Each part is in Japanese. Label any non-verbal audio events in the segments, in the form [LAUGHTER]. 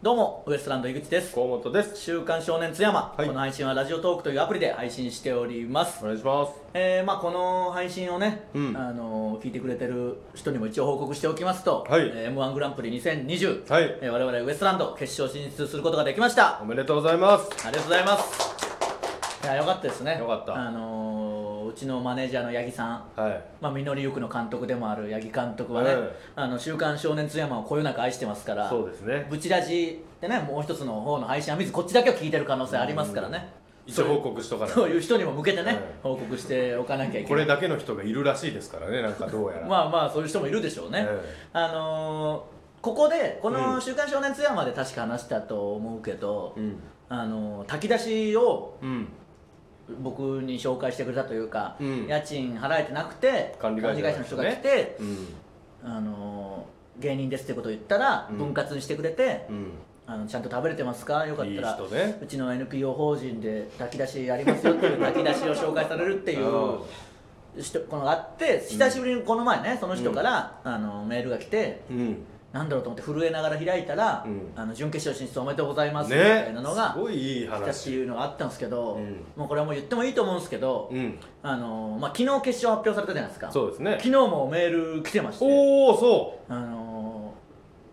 どうもウエストランド井口です河本です週刊少年津山、はいこの配信はラジオトークというアプリで配信しておりますお、願いしますえーまあ、この配信をね、うんあのー聞いてくれてる人にも一応報告しておきますと、はいえ m 1グランプリ2020、はいえー我々ウエストランド決勝進出することができましたおめでとうございますありがとうございますいやよかったですねよかったあのーうちのマネージャーの八木さんはいまあ、実りゆくの監督でもある八木監督はね、うんあの週刊少年津山をこよなく愛してますからそうですねブチラジでねもう一つの方の配信は見ずこっちだけを聞いてる可能性ありますからね一応報告しとかないそういう人にも向けてね、報告しておかなきゃいけないこれだけの人がいるらしいですからねなんかどうやら、 [LAUGHS] まあまあそういう人もいるでしょうね、ええあのーここでこうの「ん週刊少年津山」で確か話したと思うけど、うんあのー炊き出しをうん僕に紹介してくれたというか、うん家賃払えてなくて管理会社の人が来て、うんあのー芸人ですってことを言ったらうん分割にしてくれて、うんあのちゃんと食べれてますかよかったらいい人ねうちの NPO 法人で炊き出しありますよって [LAUGHS] いう炊き出しを紹介されるっていあう人このがあって久しぶりにこの前ねその人から、あのメールが来てうんなんだろうと思って震えながら開いたら、うんあの準決勝進出おめでとうございますみたねいなのがす、ごいいい来たって話いうのがあったんですけど、うんもうこれはもう言ってもいいと思うんですけど、うんあのまあ、昨日決勝発表されたじゃないですかそうですね昨日もメール来てましておおそあの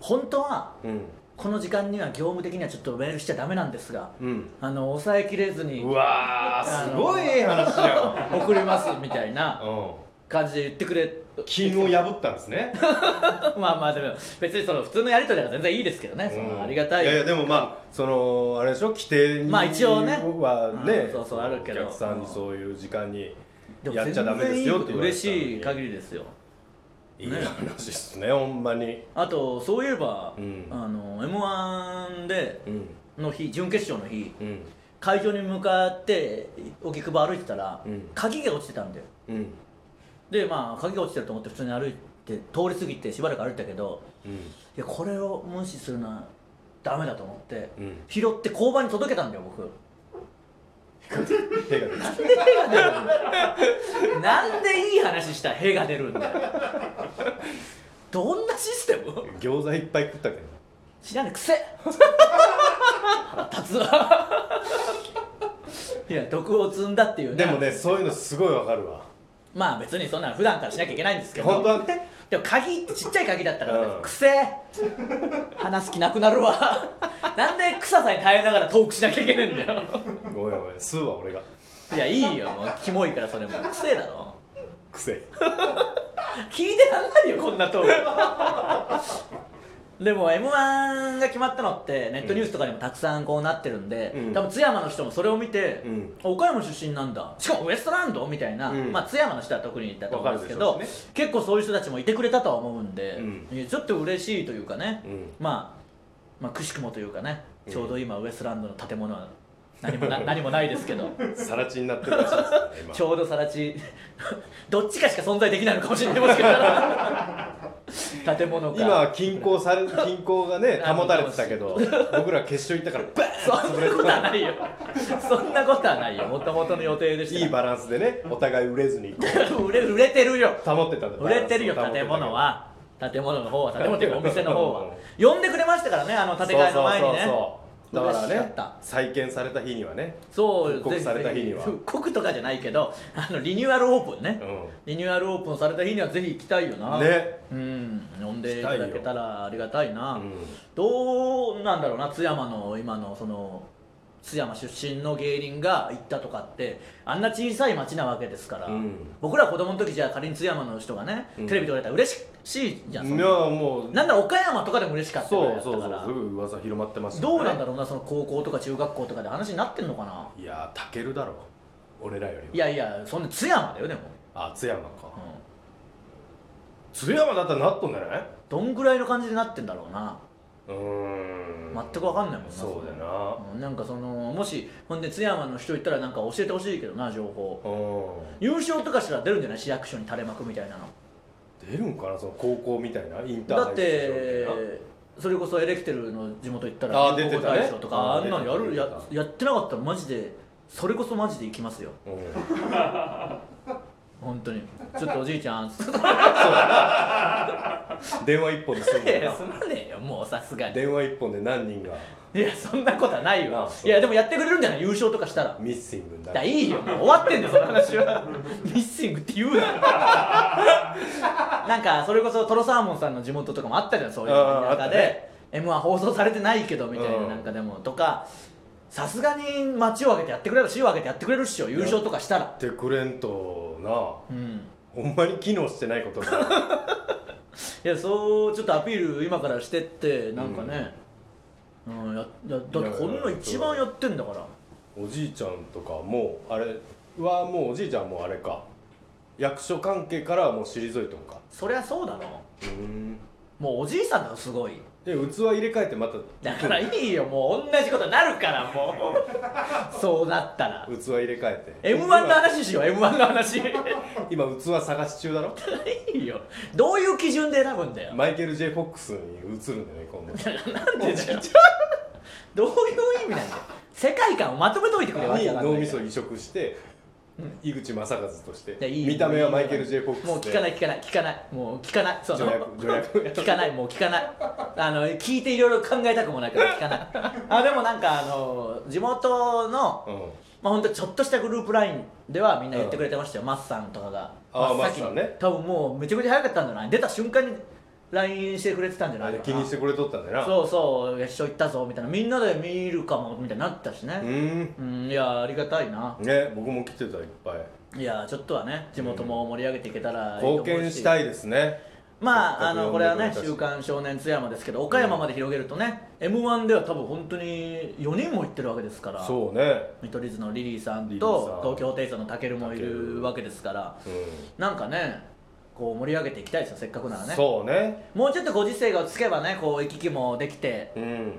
ー本当はううんこの時間には業務的にはちょっとメールしちゃダメなんですが、うんあの抑えきれずにうわーすごいいい話じゃ、送りますみたいなんうん、感じで言ってくれ金を破ったんですねまあまあでも別にその普通のやり取りは全然いいですけど [LAUGHS] ね、そうんのありがたいやいやでもまあそのあれでしょ規定にまあ一応ねはね、うんそうそうあるけどお客さんにそういう時間にでもやっちゃダメですよって言われて嬉しいたのに限りですよいい話っすねほんまにあとそういえば、うんあの m 1でうんの日準決勝の日うん会場に向かって荻窪歩いてたら、うん鍵が落ちてたんだようんでまあ鍵が落ちてると思って普通に歩いて通り過ぎてしばらく歩いたけどうんいやこれを無視するのはダメだと思って、うん拾って交番に届けたんだよ僕手が出てきたなんでいい話したら「へ」が出るんだよどんなシステム餃子いっぱい食ったけど知らねえくせ腹立つわいや毒を積んだっていうでもねそういうのすごいわかるわまあ別にそんなの普段からしなきゃいけないんですけど本当はねでも鍵ってちっちゃい鍵だったからね、うんくせえ話す気なくなるわなんで草さえ耐えながらトークしなきゃいけないんだよごめんごめん吸うわ俺がいやいいよもうキモいからそれもくせえだろくせ聞いてらんないよこんなトーク [LAUGHS] でも m 1が決まったのってネットニュースとかにもたくさんこうなってるんで、うん多分津山の人もそれを見て、うん岡山出身なんだしかもウエストランドみたいな、うんまあ、津山の人は特にだと思うんですけど、わかるでし結構そういう人たちもいてくれたとは思うんで、うちょっと嬉しいというかね、うんまあ、まあくしくもというかねちょうど今ウエストランドの建物は何も [LAUGHS] な何もないですけど。さらちになってるらしいですね今ちょうどさらち [LAUGHS] どっちかしか存在できないのかもしれないですけ [LAUGHS] ど建物か今は均衡され均衡がね保たれてたけど僕ら決勝行ったからバそんなことはないよそんなことはないよもともとの予定でーしンいいたバランスでねお互い売れずにこうい売れ売れてるよ保ってたんだ売れてるよバランスを保ってたけど建物は建物の方は建物っていうかお店の方は呼んでくれましたからねあのそう建て替えの前にねそうそうそうだから嬉しねかった再建された日にはねそう復刻された日にはぜひ復刻とかじゃないけどあのリニューアルオープンね、うんリニューアルオープンされた日にはぜひ行きたいよなねうん呼んでいただけたらありがたいな、うんどうなんだろうな津山の今のその津山出身の芸人が行ったとかってあんな小さい町なわけですから、うん僕ら子供の時じゃあ仮に津山の人がね、うんテレビで言われたら嬉しいじゃんそんいやなもうなんだろう岡山とかでも嬉しかったぐらいそだうったそかうそうらすぐ噂広まってましたどうなんだろろうなその高校とか中学校とかで話になってんのかなういやーたけるだろ俺らよりはやいいやそんな津山だよでも、あ津山かう津山だったらなっとんじゃないん、どんぐらいの感じになってんだろうなうーん全く分かんないもんなそうだよそなのうんなんかそのもしほんで津山の人いったらなんか教えてほしいけどな情報う優勝とかしたら出るんじゃない市役所に垂れ幕みたいなのん出るんかなその高校みたいなインターだハっイ出場みてそれこそエレキテルの地元行ったあらー出てたね大賞とかああーんなのやる出てたや出てやってなかったらマジでそれこそマジで行きますよたいなうん本当にちょっとおじいちゃ [LAUGHS] ん電話一本で済んいやいだやよ [LAUGHS] すまねえよもうさすがなに電話一本で何人がいやそんなことはないあわそういやでもやってくれるんじゃない優勝とかしたらミッシングにないやるいいよもう終わってんだよその話 [LAUGHS] はミッシングって言うななんかそれこそトロサーモンさんの地元とかもあったじゃんそういうあーあ中ったで、ね m 1放送されてないけどみたいななんかでもとかさすがに街を挙げてやってくれる市を挙げてやってくれるっしょ優勝とかしたらってくれんとなうんほんまに機能してないことだいやそうちょっとアピール今からしてってなんかね、うんややだってこんなの一番やってんだからおじいちゃんとかもうあれはもうおじいちゃんもあれか役所関係からはもう退いとんかそりゃそうだろうんもうおじいさんだよすごいで器入れ替えてまただからいいよもう同じことになるからも [LAUGHS] うそうなったら器入れ替えて m 1の話しよう m 1の話い今今器探し中だろいよどういう基準で選ぶんだよマイケル・ J ・フォックスに移るんだよね今度なんでだよどういう意味なんだよ世界観をまとめといてくれわにけわかんない脳みそ移植して井口正和としいやていい見た目はマイケル・ J ・フォックスでもう聞かない聞かない聞かないもう聞かないそう助役助役 [LAUGHS] 聞かないもう聞かないあの聞いていろいろ考えたくもないから聞かないあでもなんかあの地元のうんまあ本当ちょっとしたグループラインではみんな言ってくれてましたよ、マッサンとかがあー真っ先にマッサンね多分もうめちゃくちゃ早かったんじゃない出た瞬間に LINE してくれてたんじゃなあいれかな気にしてくれとったんだよなそうそう決勝行ったぞみたいなみんなで見るかもみたいになってたしうねんうん、いやありがたいなね僕も来てたいっぱいいやちょっとはね地元も盛り上げていけたらいいと思う貢献したいですねまああせっかのこく呼んれではくれねた「し週刊少年津山」ですけど岡山まで広げるとね、m 1では多分本当に4人も行ってるわけですからそうね見取り図のリリーさんリリーさと東ん京ホテイソンのたけるもいたけるるわけですからうなんかねこう盛り上げていきたいですよせっかくならんねそうねもうちょっとご時世が落ち着けばねこう行き来もできてうん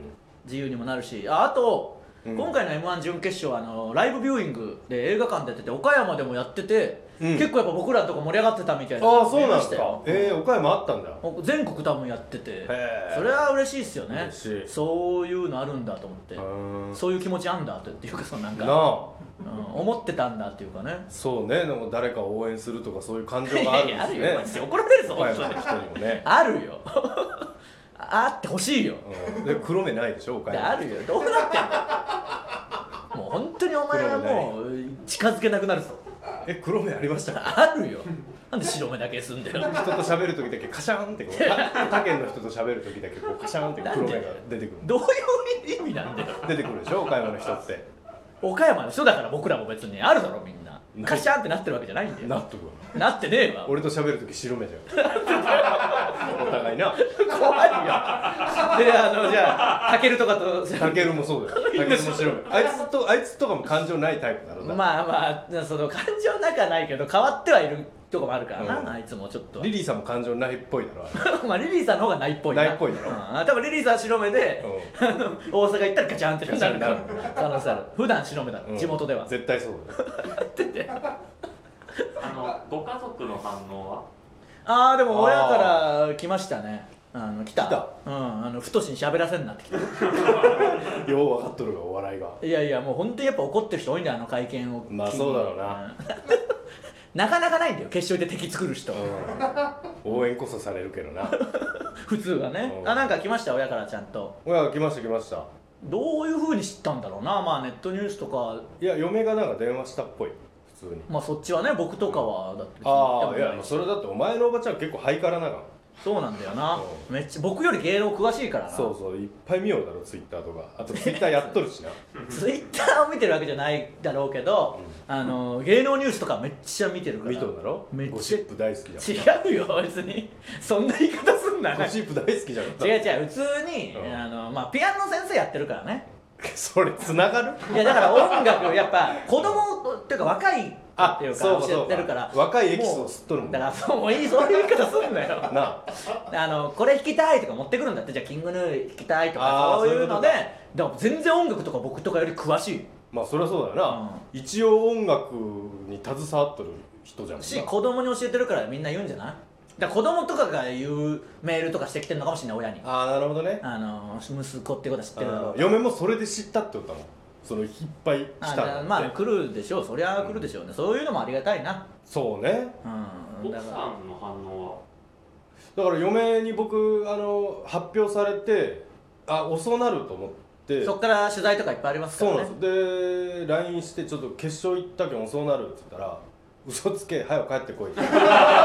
自由にもなるしああと、うん今回の m 1準決勝はあのライブビューイングで映画館でやってて岡山でもやってて、うん結構やっぱ僕らのとこ盛り上がってたみたいなああそうなんでですかええ岡山あったんだ全国多分やっててえそれは嬉しいですよね嬉しいそういうのあるんだと思ってうんそういう気持ちあんだっていうかそのなんなか、あうん、思ってたんだっていうかねそうねでも誰かを応援するとかそういう感情いがあや [LAUGHS] いるやあんるよマでジすでね怒られるぞ岡本山当のに人にもねあるよ [LAUGHS] あってほしいようんで黒目ないでしょ岡で山あるよどうなってんのもう本当にお前はもう近づけなくなるぞえ黒目ありましたあるよなんで白目だけすんだよ人と喋る時だけカシャ [LAUGHS] ンってこう他他県の人と喋る時だけこうカシャンって黒目が出てくるどういう意味なんだよ出てくるでしょ岡山の人って岡山の人だから僕らも別にあるだろみんなカシャンってなってるわけじゃないんだよ納得なってねえわ俺と喋る時白目じゃ [LAUGHS] んお互いな [LAUGHS] 怖いよであのじゃあタケルとかとタケルもそうだよタケルも白 [LAUGHS] 目あいつとあいつとかも感情ないタイプだろだってまあまあその感情なくはないけど変わってはいるとこもあるからな、うんあいつもちょっとはリリーさんも感情ないっぽいだろあれまあリ [LAUGHS] リーさんの方がないっぽいなないっぽいだろうん、多分リリーさんは白目で、 [LAUGHS] うあの大阪行ったらガチャンってなるからガチャン可能性ある普段白目だ、うん地元では絶対そうだよあのご家族の反応はああでも親から来ましたねあの来た来たうんあの太しに喋らせんなって来たよう分かっとるがお笑いがいやいやもう本当にやっぱ怒ってる人多いんだよあの会見を機にまあそうだろうな、うん [LAUGHS] なかなかないんだよ決勝で敵作る人、うん応援こそされるけどな [LAUGHS] 普通はねうんあなんか来ました親からちゃんと親が来ました来ましたどういうふうに知ったんだろうなまあネットニュースとかいや嫁がなんか電話したっぽい普通にまあそっちはね僕とかはだって別に行ってああいもやないしそれだってお前のおばちゃん結構ハイカラながそうなんだよなうめっちゃ僕より芸能詳しいからなそうそういっぱい見ようだろツイッターとかあとツイッターやっとるしなツイッターを見てるわけじゃないだろうけど、あの芸能ニュースとかめっち [LAUGHS] ゃ見てるから見とるだろめっゴちシゃップ大好きじ違うよ別にそんな言い方すんゃなんゴシップ大好きじゃん違う違う普通に、うんあのまあ、ピアノ先生やってるからね [LAUGHS] それつながるいやだから音楽やっぱ子供っていうか若いっていうかそうか教そえうてかるから若いエキスを吸っとるもんだなからそうもういいそういう言い方すんなよああのこれ弾きたいとか持ってくるんだってじゃあキングヌー弾きたいとかあーそういうのでそういうだから全然音楽とか僕とかより詳しまあそりゃそうだよな、一応音楽に携わっとる人じゃんいし子供に教えてるからみんな言うんじゃないだから子供とかが言うメールとかしてきてるのかもしれない親にああなるほどねあの息子ってことは知ってるだろあうー嫁もそれで知ったってことだもんそのいっぱい来あだかたのらってまあ来るでしょうそりゃ来るでしょうね、そういうのもありがたいなそうねうん奥ださんかの反応だから嫁に僕あの発表されてあ遅なると思ってらそっから取材とかいっぱいありますかそうらねなんですで LINE してちょっと決勝行ったけん遅なるって言ったら嘘つけ早く帰ってこい [LAUGHS]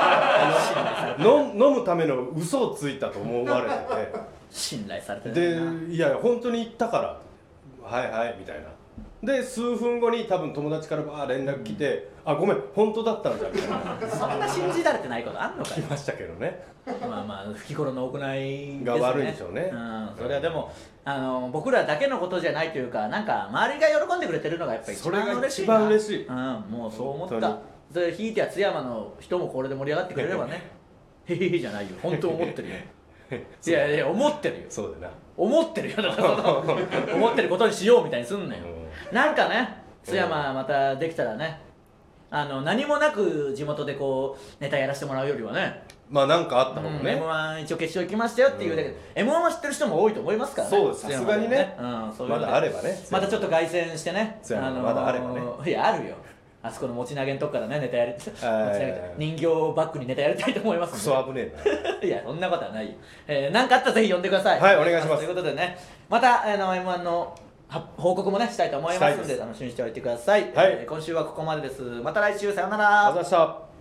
あの飲飲むための嘘をついたと思われ信頼されててる [LAUGHS] てなでいや本当に行ったからはいはいみたいなで数分後に多分友達からバー連絡来て、あごめん本当だったんだみたいなそんな信じられてないことあんのか来よましたけどねまあまあ不頃の行いですねが悪いでしょうねうん、それはでもあの僕らだけのことじゃないというかなんか周りが喜んでくれてるのがやっぱ一番それが嬉しい一な番嬉しいうん、もうそう思っ本た当それひいては津山の人もこれで盛り上がってくれればね [LAUGHS] へへへじゃないよ本当思って [LAUGHS] るよいやいや思ってるよそう [LAUGHS] だよな [LAUGHS] 思ってるよだからその思ってることにしようみたいにすんなよ、なんかね津山またできたらねあの何もなく地元でこうネタやらせてもらうよりはねまあなんかあったもんうんね、 m 1一応決勝行きましたよっていうだけで、m 1は知ってる人も多いと思いますからねそうです津山さすがにねうん、そういうまのでだあればねまたちょっと凱旋してね津山まだあればねいやあるよあそこの持ち投げのとこからねネタやり持ち投 [LAUGHS] はげいて人形をバックにネタやりたいと思いますんでクソ危ねえ [LAUGHS] いや、そんなことはないよ。えー、なんかあったらぜひ呼んでください。はいお願いしますということでね、また、あの、M1 のは報告もね、したいと思いますので、したいです楽しみにしておいてください。はいえー今週はここまでです。また来週、さようななら。あざした